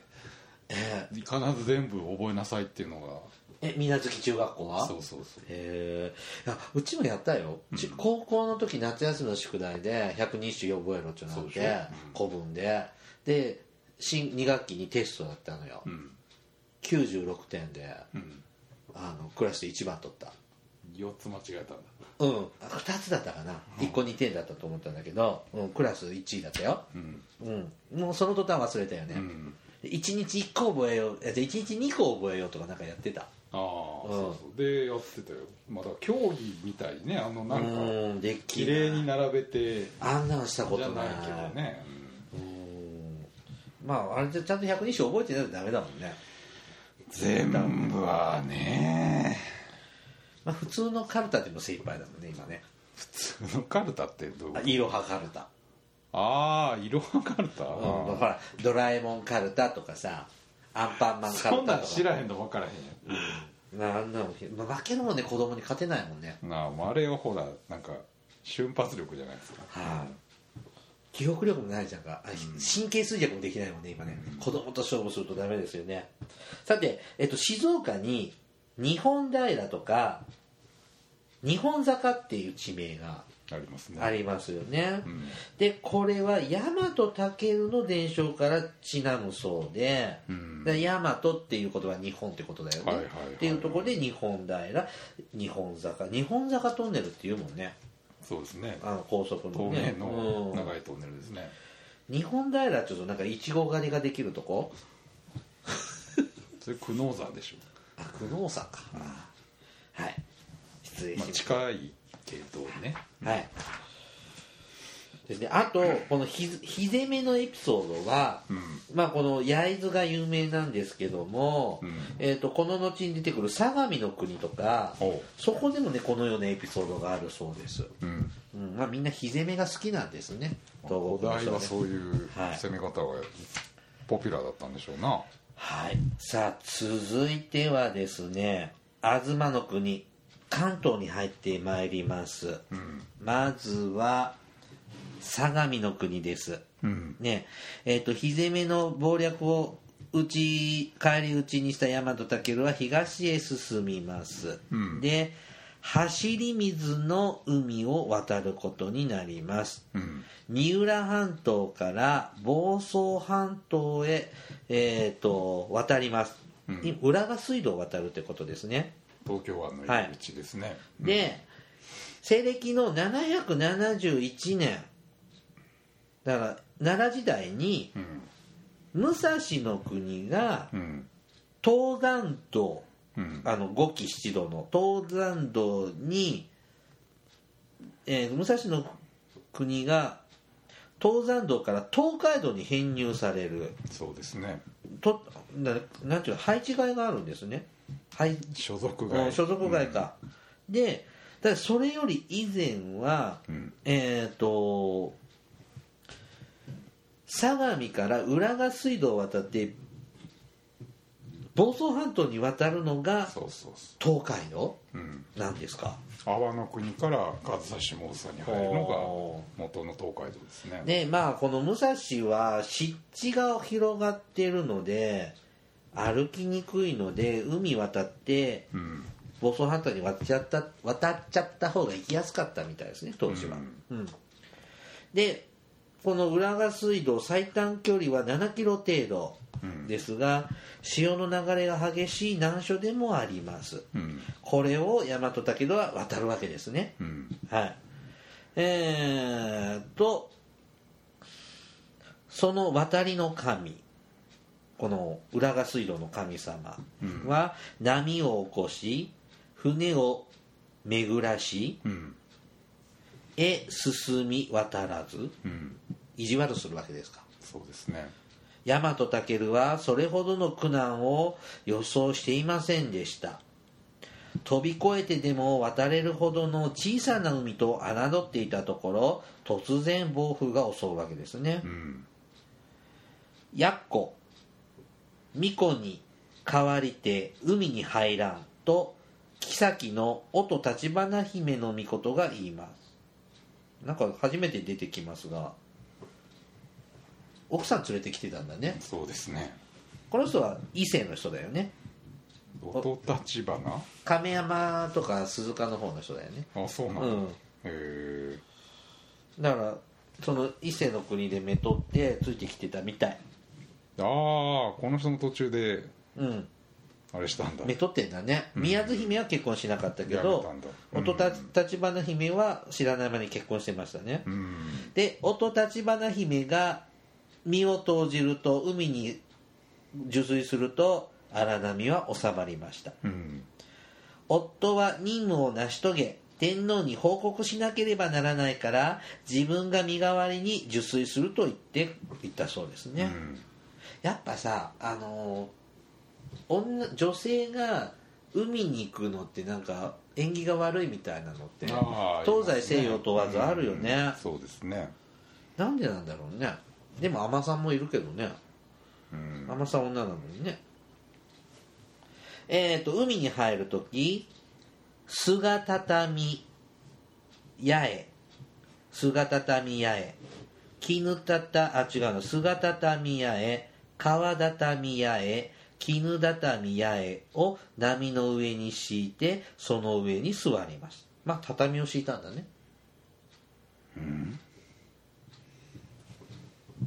Speaker 1: え
Speaker 2: 必ず全部覚えなさいっていうの
Speaker 1: え水月中学校
Speaker 2: が
Speaker 1: は
Speaker 2: そうそうそう
Speaker 1: へえあうちもやったよ、ち高校の時夏休みの宿題で百人一首覚えろってな
Speaker 2: そう
Speaker 1: っ
Speaker 2: でしょ
Speaker 1: て古文でで新2学期にテストだったのよ、
Speaker 2: ん
Speaker 1: 96点で
Speaker 2: うん
Speaker 1: あのクラスで1番取った
Speaker 2: 4つ間違えたんだ
Speaker 1: うん2つだったかな1個2点だったと思ったんだけど、うん、クラス1位だったよ、
Speaker 2: うん
Speaker 1: うん、もうその途端忘れたよね、
Speaker 2: うん
Speaker 1: 一1日1個覚えようえじゃあ1日2個覚えようとかなんかやってた
Speaker 2: あ
Speaker 1: う
Speaker 2: あ
Speaker 1: ん
Speaker 2: そうそうでやってたよまあだから競技みたいにねあのな
Speaker 1: うん
Speaker 2: か
Speaker 1: んできな
Speaker 2: 綺
Speaker 1: い
Speaker 2: 麗に並べてじ
Speaker 1: あんなのしたこ
Speaker 2: ゃ
Speaker 1: とな
Speaker 2: ないいけどね
Speaker 1: まああれでちゃんと百人一首覚えてないとダメだもんね、
Speaker 2: 全部はね
Speaker 1: まあ、普通のカルタでも精一杯だもんね今ね
Speaker 2: 普通のカルタってどういうこ
Speaker 1: あ
Speaker 2: と
Speaker 1: イロハカルタ、
Speaker 2: ああいろはカルタ
Speaker 1: うん、ほらドラえもんカルタとかさアンパンマンカ
Speaker 2: そ
Speaker 1: ル
Speaker 2: ん
Speaker 1: タ
Speaker 2: なん
Speaker 1: と
Speaker 2: 知
Speaker 1: から
Speaker 2: へんの分からへんやん
Speaker 1: なあんなの、まあ、負けるもんね子供に勝てないもんね
Speaker 2: なああれはほらなんか瞬発力じゃないですか
Speaker 1: はい、記憶力もないじゃんか、あ神経衰弱もできないもんね今ね、子供と勝負するとダメですよねさて、えっと、静岡に日本平とか日本坂っていう地名が
Speaker 2: ありますね
Speaker 1: ありますよね、
Speaker 2: ん
Speaker 1: でこれは大和武の伝承からちなむそうで、
Speaker 2: うん
Speaker 1: で大和っていうことは日本ってことだよね、
Speaker 2: はいはいはい
Speaker 1: っていうところで日本平日本坂日本坂トンネルっていうもんね
Speaker 2: そうですね
Speaker 1: あの高速
Speaker 2: 透
Speaker 1: のね
Speaker 2: 明の
Speaker 1: うん
Speaker 2: 長いトンネルですね
Speaker 1: 日本平ちょっとなんかいちご狩りができるとこ
Speaker 2: それ久能山でしょ、
Speaker 1: あ久能坂かはい失礼し
Speaker 2: ま
Speaker 1: ま
Speaker 2: あ、
Speaker 1: した、
Speaker 2: 近いけどね
Speaker 1: はいですね、あとこのひひぜめのエピソードは、まあ、この焼津が有名なんですけども、
Speaker 2: ん
Speaker 1: えー、とこの後に出てくる相模の国とか
Speaker 2: おう
Speaker 1: そこでもねこのようなエピソードがあるそうです、
Speaker 2: うん
Speaker 1: うんまあ、みんなひぜめが好きなんですね東
Speaker 2: お
Speaker 1: 国の
Speaker 2: 題
Speaker 1: 人は
Speaker 2: は
Speaker 1: ね
Speaker 2: そういう
Speaker 1: はい
Speaker 2: 攻め方がポピュラーだったんでしょうな、
Speaker 1: はい、さあ続いてはですね東の国関東に入ってまいります、まずは相模の国です、
Speaker 2: うん
Speaker 1: ねえっ、と日攻めの謀略を打ち返り討ちにした大和武は東へ進みます、で走り水の海を渡ることになります、
Speaker 2: うん
Speaker 1: 三浦半島から房総半島へ、えー、と渡ります、浦賀水道を渡るってことですね、
Speaker 2: 東京湾の入り口ですね、
Speaker 1: で西暦の771年だから奈良時代に武蔵の国が
Speaker 2: うん
Speaker 1: 東山道
Speaker 2: うん
Speaker 1: あの五期七度の東山道に、えー武蔵の国が東山道から東海道に編入される
Speaker 2: そうですね
Speaker 1: とななんていうの配置換えがあるんですね配
Speaker 2: 所属
Speaker 1: う
Speaker 2: 外
Speaker 1: ん所属外か、でただそれより以前は、
Speaker 2: うん
Speaker 1: えっ、と相模から浦賀水道を渡って房総半島に渡るのが
Speaker 2: そうそうそ
Speaker 1: 東海道
Speaker 2: ううん
Speaker 1: なんですか
Speaker 2: 阿波の国から上総下総に入るのが元の東海道ですね
Speaker 1: でまあこの武蔵は湿地が広がってるので歩きにくいので海渡って
Speaker 2: うん
Speaker 1: 房総半島に渡っちゃった渡っちゃった方が行きやすかったみたいですね当時は、うんでこの浦賀水道最短距離は7キロ程度ですが、潮の流れが激しい難所でもあります、
Speaker 2: うん
Speaker 1: これを大和武田は渡るわけですね、
Speaker 2: うん
Speaker 1: はい。えーっと、その渡りの神、この浦賀水路の神様は、波を起こし、船を巡らし、
Speaker 2: うん
Speaker 1: へ進み渡らず、
Speaker 2: うん
Speaker 1: 意地悪するわけですか。
Speaker 2: そうですね
Speaker 1: 大和武はそれほどの苦難を予想していませんでした飛び越えてでも渡れるほどの小さな海と侮っていたところ突然暴風が襲うわけですね
Speaker 2: うん
Speaker 1: やっこ巫女に代わりて海に入らんと妃の音橘姫の御事が言いますなんか初めて出てきますが奥さん連れてきてたんだね
Speaker 2: そうですね
Speaker 1: この人は異性の人だよね
Speaker 2: 音立花
Speaker 1: 亀山とか鈴鹿の方の人だよね
Speaker 2: あそうなんだ、
Speaker 1: うん
Speaker 2: へ
Speaker 1: だからその伊勢の国で目取ってついてきてたみたい
Speaker 2: えああこの人の途中で
Speaker 1: うん
Speaker 2: あれしたんだ
Speaker 1: 目取ってんだね宮津姫は結婚しなかったけど
Speaker 2: やめたんだうん
Speaker 1: 音立花姫は知らない間に結婚してましたね
Speaker 2: うん
Speaker 1: で音立花姫が身を投じると海に受水すると荒波は収まりました
Speaker 2: うん
Speaker 1: 夫は任務を成し遂げ天皇に報告しなければならないから自分が身代わりに受水すると言って言ったそうですね、
Speaker 2: うん
Speaker 1: やっぱさあのー女女性が海に行くのってなんか縁起が悪いみたいなのって
Speaker 2: ああ
Speaker 1: 東西西洋問わずあるよね、
Speaker 2: うんそうですね
Speaker 1: なんでなんだろうねでも海さんもいるけどね
Speaker 2: うん
Speaker 1: 海さん女なのにねえっ、と海に入る時「姿畳八重」「姿畳八重」「絹畳」あ違うの「姿畳八重」「川畳八重」「絹畳八重」を波の上に敷いてその上に座りますまあ畳を敷いたんだね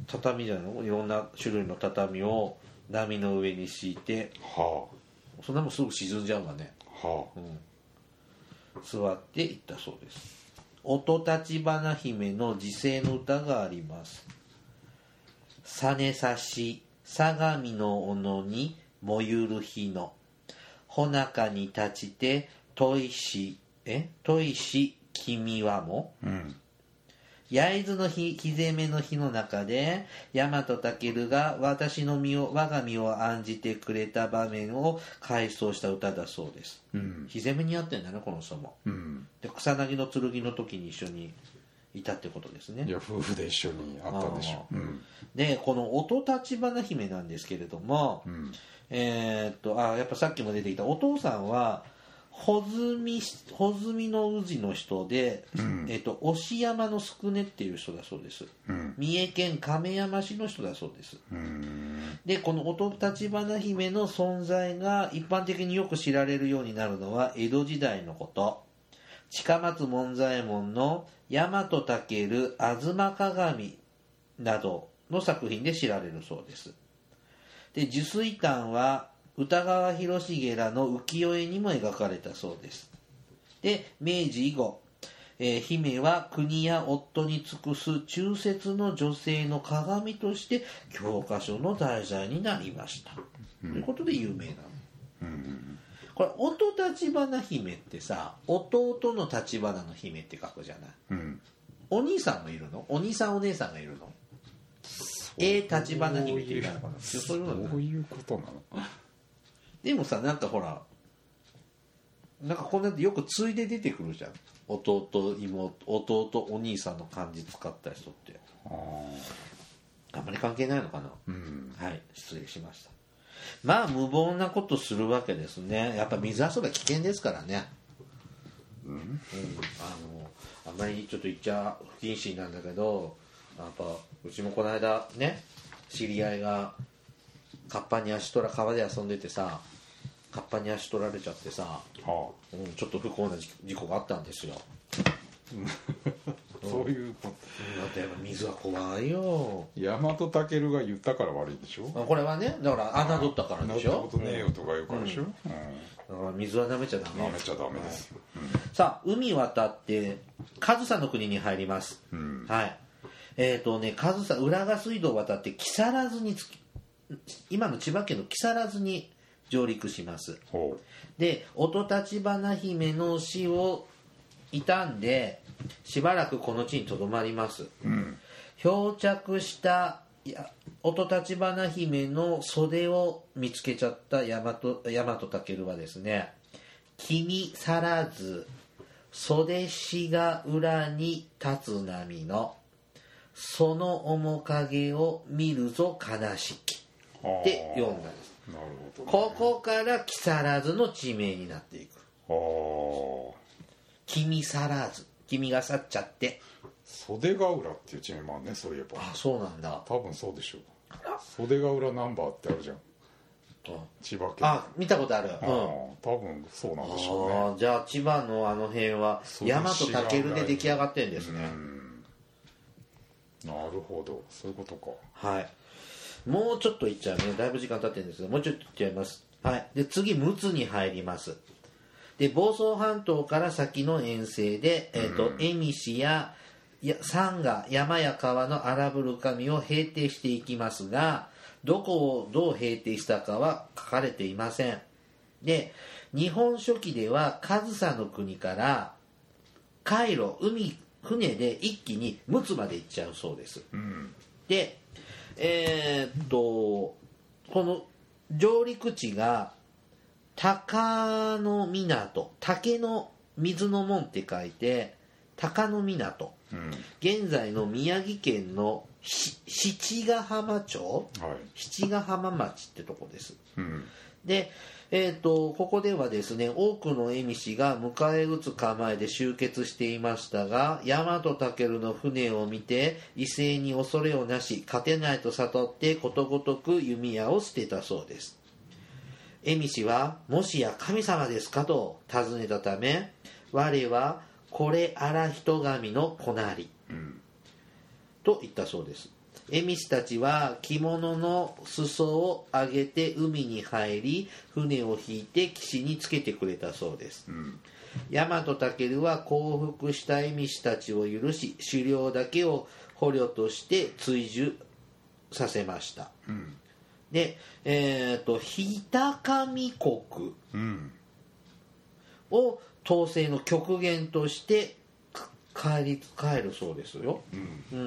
Speaker 1: 畳じゃないのいろんな種類の畳を波の上に敷いて
Speaker 2: は
Speaker 1: そんなもんすぐ沈んじゃうわね
Speaker 2: あはあ
Speaker 1: 座っていったそうです音立花姫の時世の歌があります「さねさし相模の斧にもゆる日のほなかに立ちてといしえといし君はも」
Speaker 2: うん
Speaker 1: 焼津の日、日攻めの日の中で、大和健が私の身を、我が身を案じてくれた場面を回想した歌だそうです。
Speaker 2: うん
Speaker 1: 日攻めにあってんだね、この人も。
Speaker 2: うん
Speaker 1: で、草薙の剣の時に一緒にいたってことですね
Speaker 2: い。や夫婦で一緒に会ったんでしょ
Speaker 1: あ
Speaker 2: う
Speaker 1: ー
Speaker 2: ん
Speaker 1: で、この音立花姫なんですけれども、
Speaker 2: うん
Speaker 1: えーっと、あ、やっぱさっきも出てきたお父さんは、穂積し、穂積の氏の人で、えーっと、押山の宿根っていう人だそうです。
Speaker 2: うん
Speaker 1: 三重県亀山市の人だそうです
Speaker 2: うん
Speaker 1: でこの音立花姫の存在が一般的によく知られるようになるのは江戸時代のこと近松門左衛門の「大和健吾鏡」などの作品で知られるそうですで受水譚は歌川広重らの浮世絵にも描かれたそうですで明治以後、えー姫は国や夫に尽くす忠節の女性の鏡として教科書の題材になりました、ということで有名なの、これ音立花姫ってさ弟の立花の姫って書くじゃない
Speaker 2: うん
Speaker 1: お兄さんもいるのお兄さんお姉さんがいるのええ立花姫って言ったのかな
Speaker 2: そ
Speaker 1: そうう
Speaker 2: い
Speaker 1: いううの
Speaker 2: そういうことなの
Speaker 1: でもさなんかほらなんかこんなのよくついで出てくるじゃん弟妹弟お兄さんの漢字使った人って
Speaker 2: あ
Speaker 1: あんまり関係ないのかな
Speaker 2: ーうん
Speaker 1: はい失礼しましたまあ無謀なことするわけですねやっぱ水遊びは危険ですからねうん、あのあんまりちょっと言っちゃ不謹慎なんだけどやっぱうちもこの間ね知り合いがカッパに足トラ川で遊んでてさカッパに足取られちゃってさ、
Speaker 2: は
Speaker 1: うん、ちょっと不幸な事故があったんですよ
Speaker 2: あ、そういうこ
Speaker 1: だってやっぱ水は怖いよ
Speaker 2: と大和たけるが言ったから悪いでしょ
Speaker 1: まあこれはねだから侮ったから
Speaker 2: な
Speaker 1: で
Speaker 2: っ
Speaker 1: したょ
Speaker 2: ことねえよとか言うからでしょ、うん
Speaker 1: だから水は舐めちゃダメ
Speaker 2: 舐めちゃダメですよ、
Speaker 1: さあ海渡って上総の国に入ります、
Speaker 2: ん
Speaker 1: はいえっ、とね上総浦賀水道を渡って木更津につき今の千葉県の木更津に上陸します
Speaker 2: ほ
Speaker 1: で音立花姫の死を悼んでしばらくこの地にとどまります、漂着したいや音立花姫の袖を見つけちゃった大和大和健はですね「君去らず袖しが裏に立つ波のその面影を見るぞ悲しき」
Speaker 2: うはあ
Speaker 1: で読んだんです
Speaker 2: なるほど、ね、
Speaker 1: ここから木更津の地名になっていく
Speaker 2: はあ
Speaker 1: 君去らず君が去っちゃって
Speaker 2: 袖ヶ浦っていう地名もあるねそういえば
Speaker 1: あそうなんだ
Speaker 2: 多分そうでしょう袖ヶ浦ナンバーってあるじゃん千葉県
Speaker 1: あ見たことある
Speaker 2: あ
Speaker 1: う
Speaker 2: あ
Speaker 1: ん
Speaker 2: 多分そうなんでしょうね
Speaker 1: あーじゃあ千葉のあの辺は
Speaker 2: そう
Speaker 1: 大和健で出来上がってるんですね、
Speaker 2: なるほどそういうことか
Speaker 1: はいもうちょっといっちゃうねだいぶ時間経ってるんですけどもうちょっといっちゃいますはいで次陸奥に入りますで房総半島から先の遠征で、えーと恵美市やいや山河山や川の荒ぶる神を平定していきますがどこをどう平定したかは書かれていませんで「日本書紀」では上総の国から海路海船で一気に陸奥まで行っちゃうそうです
Speaker 2: うん
Speaker 1: でえーっとこの上陸地が鷹の港竹の水の門って書いて鷹の港
Speaker 2: うん
Speaker 1: 現在の宮城県のし七ヶ浜町
Speaker 2: はい
Speaker 1: 七ヶ浜町ってとこです
Speaker 2: うん
Speaker 1: で、えー、とここではですね多くの恵美氏が迎え撃つ構えで集結していましたが大和健の船を見て威勢に恐れをなし勝てないと悟ってことごとく弓矢を捨てたそうです恵美氏は「もしや神様ですか?」と尋ねたため「我はこれあら人神の子なり」
Speaker 2: うん
Speaker 1: と言ったそうです恵美氏たちは着物の裾を上げて海に入り船を引いて岸につけてくれたそうです
Speaker 2: うん
Speaker 1: 大和健は降伏した恵美氏たちを許し狩猟だけを捕虜として追従させました
Speaker 2: うん
Speaker 1: でえっ、と日高見国
Speaker 2: うん
Speaker 1: を統制の極限としてか帰り帰るそうですよ
Speaker 2: うん
Speaker 1: う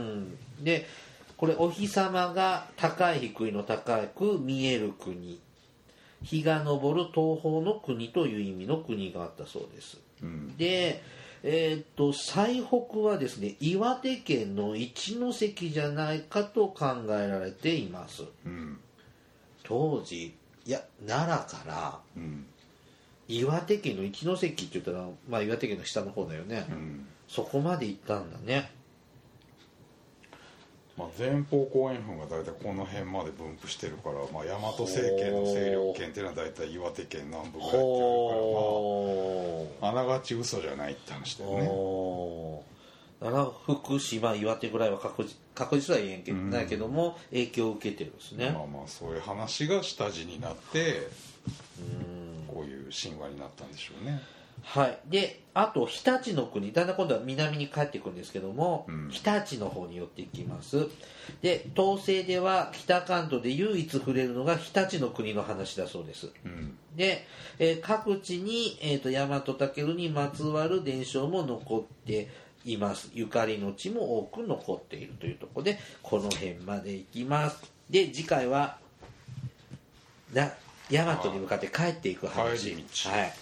Speaker 1: ん、でこれお日様が高い低いの高く見える国日が昇る東方の国という意味の国があったそうです
Speaker 2: うん
Speaker 1: でえーっと最北はですね岩手県の一関じゃないかと考えられています
Speaker 2: うん
Speaker 1: 当時いや奈良から
Speaker 2: うん
Speaker 1: 岩手県の一関って言ったら、まあ、岩手県の下の方だよね、
Speaker 2: うん
Speaker 1: そこまで行ったんだね
Speaker 2: まあ、前方後円墳が大体この辺まで分布してるから、まあ、大和政権の勢力圏っていうのは大体岩手県南部ぐらいっていう
Speaker 1: ほー
Speaker 2: から、まあ、あながち嘘じゃないって話だよね
Speaker 1: おーだから福島岩手ぐらいは確実確実は言えんけ、
Speaker 2: うん
Speaker 1: ないけども影響を受けてるんですね、
Speaker 2: まあまあそういう話が下地になって
Speaker 1: うん
Speaker 2: こういう神話になったんでしょうね
Speaker 1: はいであと日立の国だんだん今度は南に帰っていくんですけども、
Speaker 2: うん
Speaker 1: 日立の方に寄っていきますで東西では北関東で唯一触れるのが日立の国の話だそうです
Speaker 2: うん
Speaker 1: で、えー各地に、えー、と大和尊にまつわる伝承も残っていますゆかりの地も多く残っているというところでこの辺まで行きますで次回はな大和に向かって帰っていく話
Speaker 2: 帰り道
Speaker 1: はい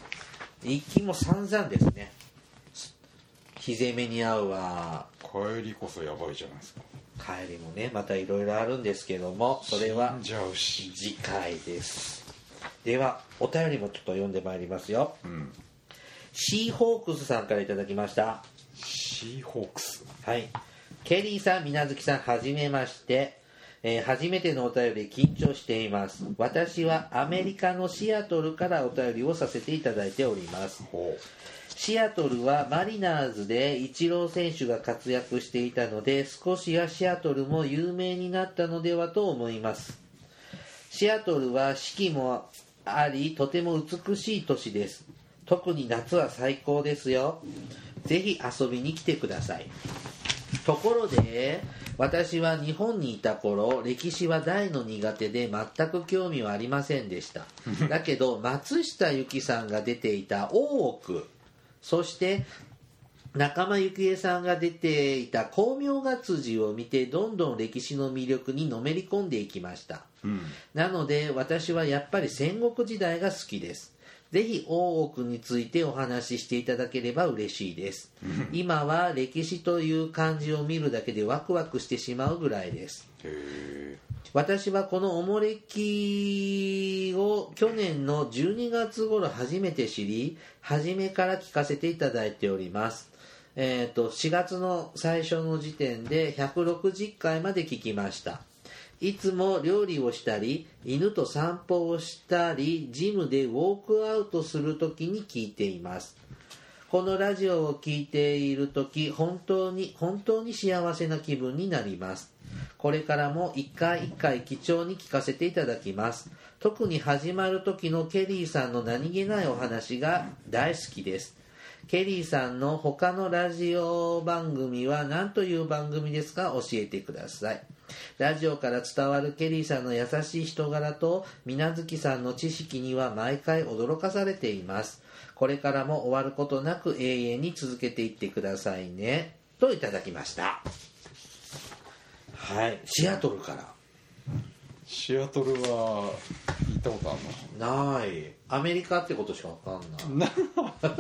Speaker 1: 行きも散々ですね日攻めに遭うわ
Speaker 2: 帰りこそやばいじゃないですか
Speaker 1: 帰りもねまたいろいろあるんですけどもそれは
Speaker 2: 死んじゃうし
Speaker 1: 次回ですではお便りもちょっと読んでまいりますよ
Speaker 2: うん
Speaker 1: シーホークスさんからいただきました
Speaker 2: シーホークス
Speaker 1: はいケリーさん水無月さんはじめましてえー初めてのお便り緊張しています私はアメリカのシアトルからお便りをさせていただいております
Speaker 2: ほ
Speaker 1: シアトルはマリナーズでイチロー選手が活躍していたので少しはシアトルも有名になったのではと思いますシアトルは四季もありとても美しい都市です特に夏は最高ですよぜひ遊びに来てくださいところで私は日本にいた頃歴史は大の苦手で全く興味はありませんでしただけど松下由紀さんが出ていた「大奥」そして仲間由紀恵さんが出ていた「光明月辻」を見てどんどん歴史の魅力にのめり込んでいきました、なので私はやっぱり戦国時代が好きですぜひ大奥についてお話ししていただければ嬉しいです今は歴史という漢字を見るだけでワクワクしてしまうぐらいです
Speaker 2: うへ
Speaker 1: 私はこのおもれきを去年の12月頃初めて知り初めから聞かせていただいておりますえっ、と4月の最初の時点で160回まで聞きましたいつも料理をしたり犬と散歩をしたりジムでウォークアウトするときに聞いていますこのラジオを聞いているとき、本当に、本当に幸せな気分になります。これからも一回一回貴重に聞かせていただきます。特に始まる時のケリーさんの何気ないお話が大好きです。ケリーさんの他のラジオ番組は何という番組ですか教えてください。ラジオから伝わるケリーさんの優しい人柄と、水月さんの知識には毎回驚かされています。これからも終わることなく永遠に続けていってくださいね。といただきました。はい。シアトルから。
Speaker 2: ーシアトルは行ったことある
Speaker 1: ない。アメリカってことしかわかんない。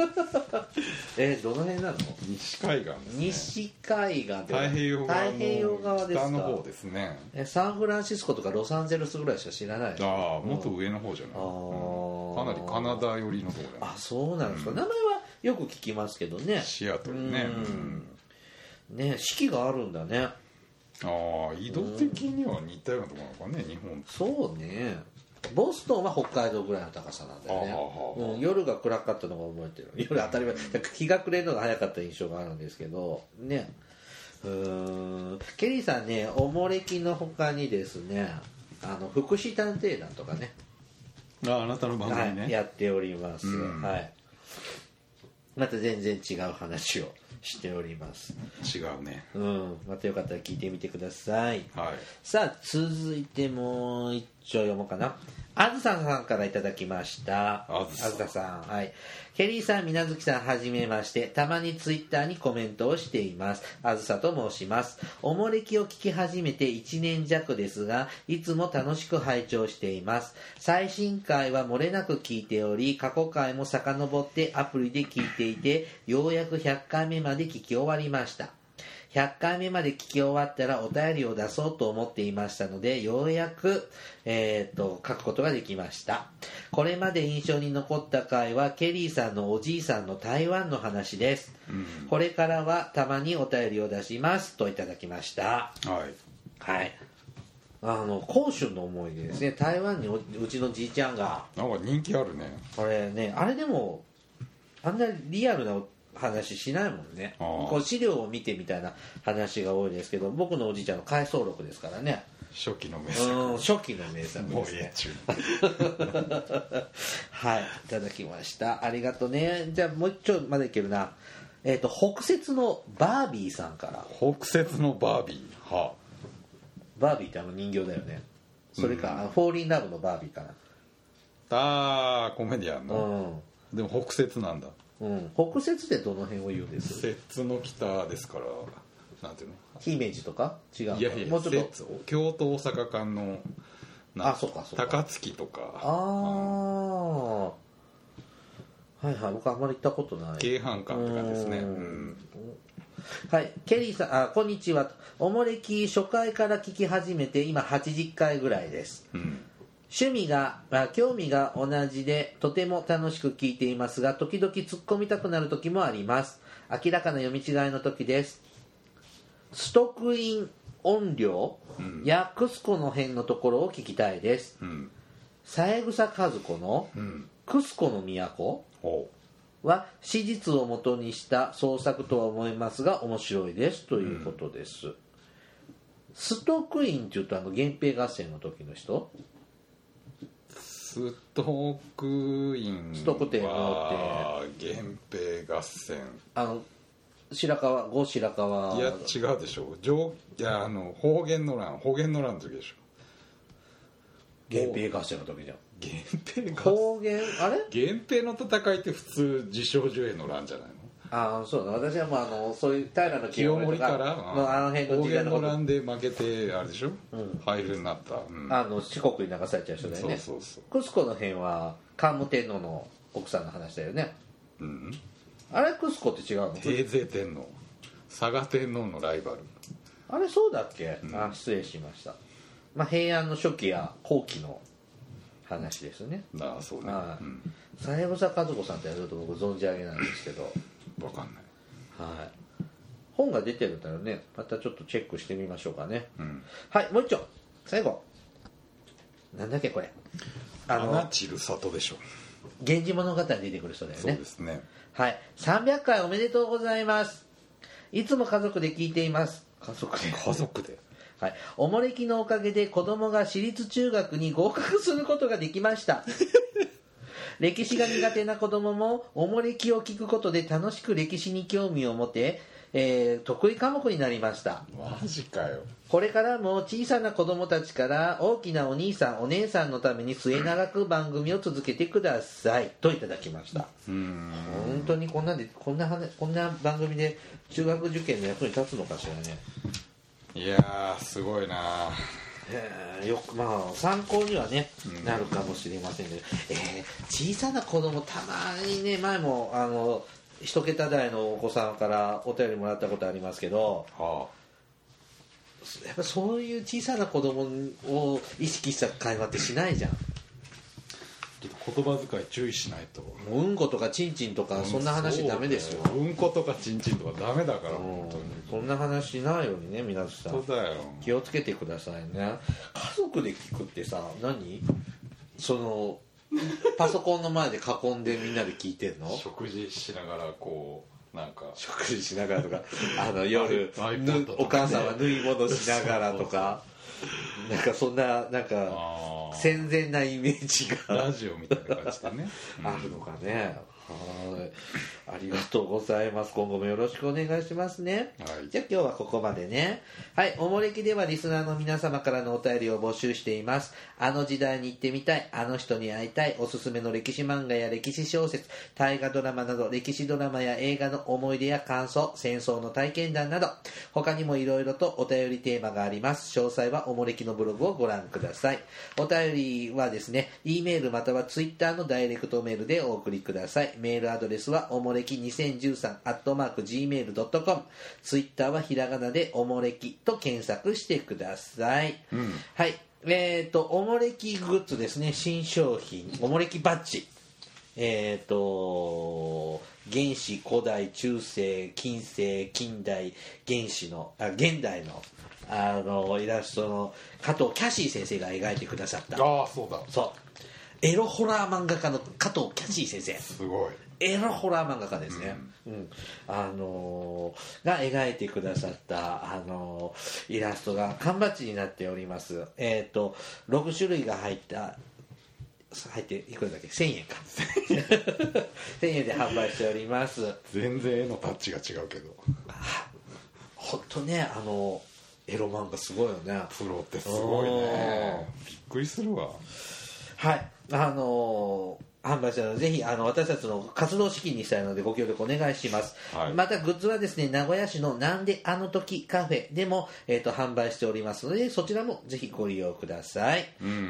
Speaker 1: え、どの辺なの
Speaker 2: の西海岸ですね
Speaker 1: 西海岸ってこと
Speaker 2: 太平洋側の
Speaker 1: 太平洋側ですか
Speaker 2: 北の方ですね
Speaker 1: えサンフランシスコとかロサンゼルスぐらいしか知らない
Speaker 2: ああもっと上の方じゃない、
Speaker 1: あー
Speaker 2: かなりカナダ寄りの方じゃな
Speaker 1: あそうなんですか、名前はよく聞きますけどね
Speaker 2: いシアトルね、
Speaker 1: う
Speaker 2: うん
Speaker 1: ね四季があるんだね
Speaker 2: ああ移動的には似たようなところなのかね日本
Speaker 1: そうねボストンは北海道ぐらいの高さなんだよね
Speaker 2: はあはあはあ
Speaker 1: うん、夜が暗かったのが覚えてる 夜当たり前だから日が暮れるのが早かった印象があるんですけどねうーんケリーさんねおもれきの他にですねあの福祉探偵団とかね
Speaker 2: あああなたの番組ね、
Speaker 1: はい、やっております、
Speaker 2: うん
Speaker 1: はいまた全然違う話をしております
Speaker 2: 違うね
Speaker 1: うんまたよかったら聞いてみてください
Speaker 2: はい
Speaker 1: さあ続いてもう一丁読もうかなあずささんからいただきました
Speaker 2: あずさ
Speaker 1: ささんはいケリーさんみなずきさんはじめましてたまにツイッターにコメントをしていますあずさと申しますおもれきを聞き始めて1年弱ですがいつも楽しく拝聴しています最新回は漏れなく聞いており過去回も遡ってアプリで聞いていてようやく100回目まで聞き終わりました100回目まで聞き終わったらお便りを出そうと思っていましたので、ようやく、えー、と、書くことができました。これまで印象に残った回は、ケリーさんのおじいさんの台湾の話です。これからはたまにお便りを出しますといただきました。
Speaker 2: はい
Speaker 1: はい。あの、広州の思い出ですね。台湾におうちのじいちゃんが、
Speaker 2: なんか人気あるね
Speaker 1: これね、あれでも、あんなリアルな話しないもんね。
Speaker 2: あー
Speaker 1: こう資料を見てみたいな話が多いですけど、僕のおじいちゃんの回想録ですからね。
Speaker 2: 初期の名作
Speaker 1: うん、初期の名作
Speaker 2: も
Speaker 1: で
Speaker 2: う
Speaker 1: す
Speaker 2: ええっ
Speaker 1: ね。
Speaker 2: ちゅう
Speaker 1: はい、いただきました。ありがとうね。じゃあもう一丁までいけるな。えっ、と、北節のバービーさんから。
Speaker 2: 北節のバービーは
Speaker 1: バービーってあの人形だよね。それか、あのフォーリンラブのバービーかな。
Speaker 2: ああコメディアン
Speaker 1: う
Speaker 2: の、でも北節なんだ
Speaker 1: ん。うん。北節ってどの辺を言うんです
Speaker 2: 摂の北ですからなんていう
Speaker 1: 姫路とか違うの
Speaker 2: のいやいや
Speaker 1: もうちょっと。
Speaker 2: 摂京都大阪間のなん
Speaker 1: あそうかそうか
Speaker 2: 高槻とか
Speaker 1: ああはいはい僕あんまり行ったことない
Speaker 2: 京阪間って感じですね
Speaker 1: う
Speaker 2: うんん
Speaker 1: はいケリーさんあこんにちはおもれき初回から聞き始めて今80回ぐらいです
Speaker 2: うん
Speaker 1: 趣味があ興味が同じでとても楽しく聞いていますが時々突っ込みたくなる時もあります明らかな読み違いの時ですストックイン音量、
Speaker 2: ん
Speaker 1: やクスコの辺のところを聞きたいです
Speaker 2: うん
Speaker 1: 三枝和子の
Speaker 2: うん
Speaker 1: 「クスコの都
Speaker 2: ほ」
Speaker 1: は史実をもとにした創作とは思いますが面白いですということです、ストークインっていうとあの源平合戦の時の人
Speaker 2: うストークイン
Speaker 1: ストーク店
Speaker 2: は源平合戦
Speaker 1: あの白川郷白川
Speaker 2: いや違うでしょ上いやあの方言の乱方言の乱の時でしょ
Speaker 1: 源平合戦の時じゃん
Speaker 2: 源平合
Speaker 1: 方言あれ
Speaker 2: 戦源平の戦いって普通自称寿衛の乱じゃないの
Speaker 1: ああそうだ私はもうあのそういう平の
Speaker 2: 清盛から
Speaker 1: のあの辺の
Speaker 2: 方
Speaker 1: 時代
Speaker 2: 言
Speaker 1: のこ
Speaker 2: の
Speaker 1: と
Speaker 2: 乱で負けてあれでしょ、廃流になった、うん
Speaker 1: あの四国に流されちゃう人だよ
Speaker 2: そう
Speaker 1: ね
Speaker 2: そうそう
Speaker 1: クスコの辺は桓武天皇の奥さんの話だよね
Speaker 2: うん
Speaker 1: あれクスコって違うの
Speaker 2: 帝勢天皇佐賀天皇のライバル
Speaker 1: あれそうだっけ、あ失礼しました、まあ、平安の初期や後期の話ですね
Speaker 2: なあそうね、
Speaker 1: は
Speaker 2: う
Speaker 1: い
Speaker 2: ん、
Speaker 1: 三枝和子さんってやると僕存じ上げなんですけど
Speaker 2: 分かんない
Speaker 1: はい本が出てるんだよねまたちょっとチェックしてみましょうかね、
Speaker 2: ん
Speaker 1: はいもう一丁最後なんだっけこれあの
Speaker 2: 花散る里でしょ
Speaker 1: 「源氏物語」に出てくる人だよ
Speaker 2: そう
Speaker 1: ね
Speaker 2: ですね
Speaker 1: はい300回おめでとうございますいつも家族で聞いています家族で
Speaker 2: 家 族で
Speaker 1: はい、おもれきのおかげで子供が私立中学に合格することができました歴史が苦手な子供もおもれきを聞くことで楽しく歴史に興味を持て、えー得意科目になりました
Speaker 2: マジかよ
Speaker 1: これからも小さな子供たちから大きなお兄さんお姉さんのために末永く番組を続けてくださいといただきました
Speaker 2: うん
Speaker 1: 本当にこんなんでこんな話こんな番組で中学受験の役に立つのかしらね
Speaker 2: いやーすごいな
Speaker 1: えーよくまあ参考にはね、なるかもしれませんけど、えー小さな子供たまにね前もあの一桁台のお子さんからお便りもらったことありますけど
Speaker 2: は
Speaker 1: やっぱそういう小さな子供を意識した会話ってしないじゃん
Speaker 2: あ言葉遣い注意しないと
Speaker 1: もううんことかちんちんとかそんな話ダメですよ、
Speaker 2: そうだうんことかちんちんとかダメだから
Speaker 1: うん
Speaker 2: 本当に
Speaker 1: そんな話しないようにね皆さん
Speaker 2: 本当だよ
Speaker 1: 気をつけてくださいね家族で聞くってさ何そのパソコンの前で囲んでみんなで聞いてんの
Speaker 2: 食事しながらこうなんか
Speaker 1: 食事しながらと かあの夜
Speaker 2: あい
Speaker 1: ぬ
Speaker 2: iPod とかね
Speaker 1: お母さんは縫い物しながらとかなんかそんななんか
Speaker 2: あー
Speaker 1: 戦前なイメージが
Speaker 2: ラジオみたいな感じでね
Speaker 1: あるのかねはいありがとうございます今後もよろしくお願いしますね
Speaker 2: はい
Speaker 1: じゃあ今日はここまでね。はい、おもれきではリスナーの皆様からのお便りを募集しています。あの時代に行ってみたい、あの人に会いたい、おすすめの歴史漫画や歴史小説、大河ドラマなど、歴史ドラマや映画の思い出や感想、戦争の体験談など、他にもいろいろとお便りテーマがあります。詳細はおもれきのブログをご覧ください。お便りはですね、E メールまたは Twitter のダイレクトメールでお送りください。メールアドレスはおもれき2013 gmail.com。Twitter はひらがなでおもれきと検索してください。はい。えっ、と、おもれきグッズですね、新商品、おもれきバッジ。えっ、と原始古代中世近世近代原始のあ現代のあのイラストの加藤キャシー先生が描いてくださった
Speaker 2: ああそうだ
Speaker 1: そうエロホラー漫画家の加藤キャシー先生
Speaker 2: すごい
Speaker 1: エロホラー漫画家ですね、うんあのーが描いてくださった、あのーイラストが缶バッジになっておりますえっ、と6種類が入った入っていくらだっけ1000円か1000円で販売しております
Speaker 2: 全然絵のタッチが違うけど
Speaker 1: 本当ねあのエロ漫画すごいよね
Speaker 2: プロってすごいねびっくりするわ
Speaker 1: はい、あのー販売したので、ぜひあの私たちの活動資金にしたいのでご協力お願いします、
Speaker 2: はい
Speaker 1: またグッズはですね名古屋市のなんであの時カフェでも、えー、と販売しておりますのでそちらもぜひご利用ください、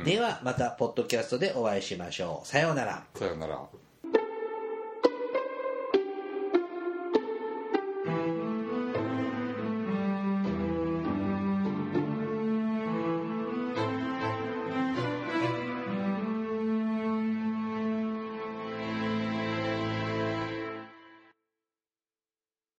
Speaker 1: ではまたポッドキャストでお会いしましょうさようなら
Speaker 2: さよなら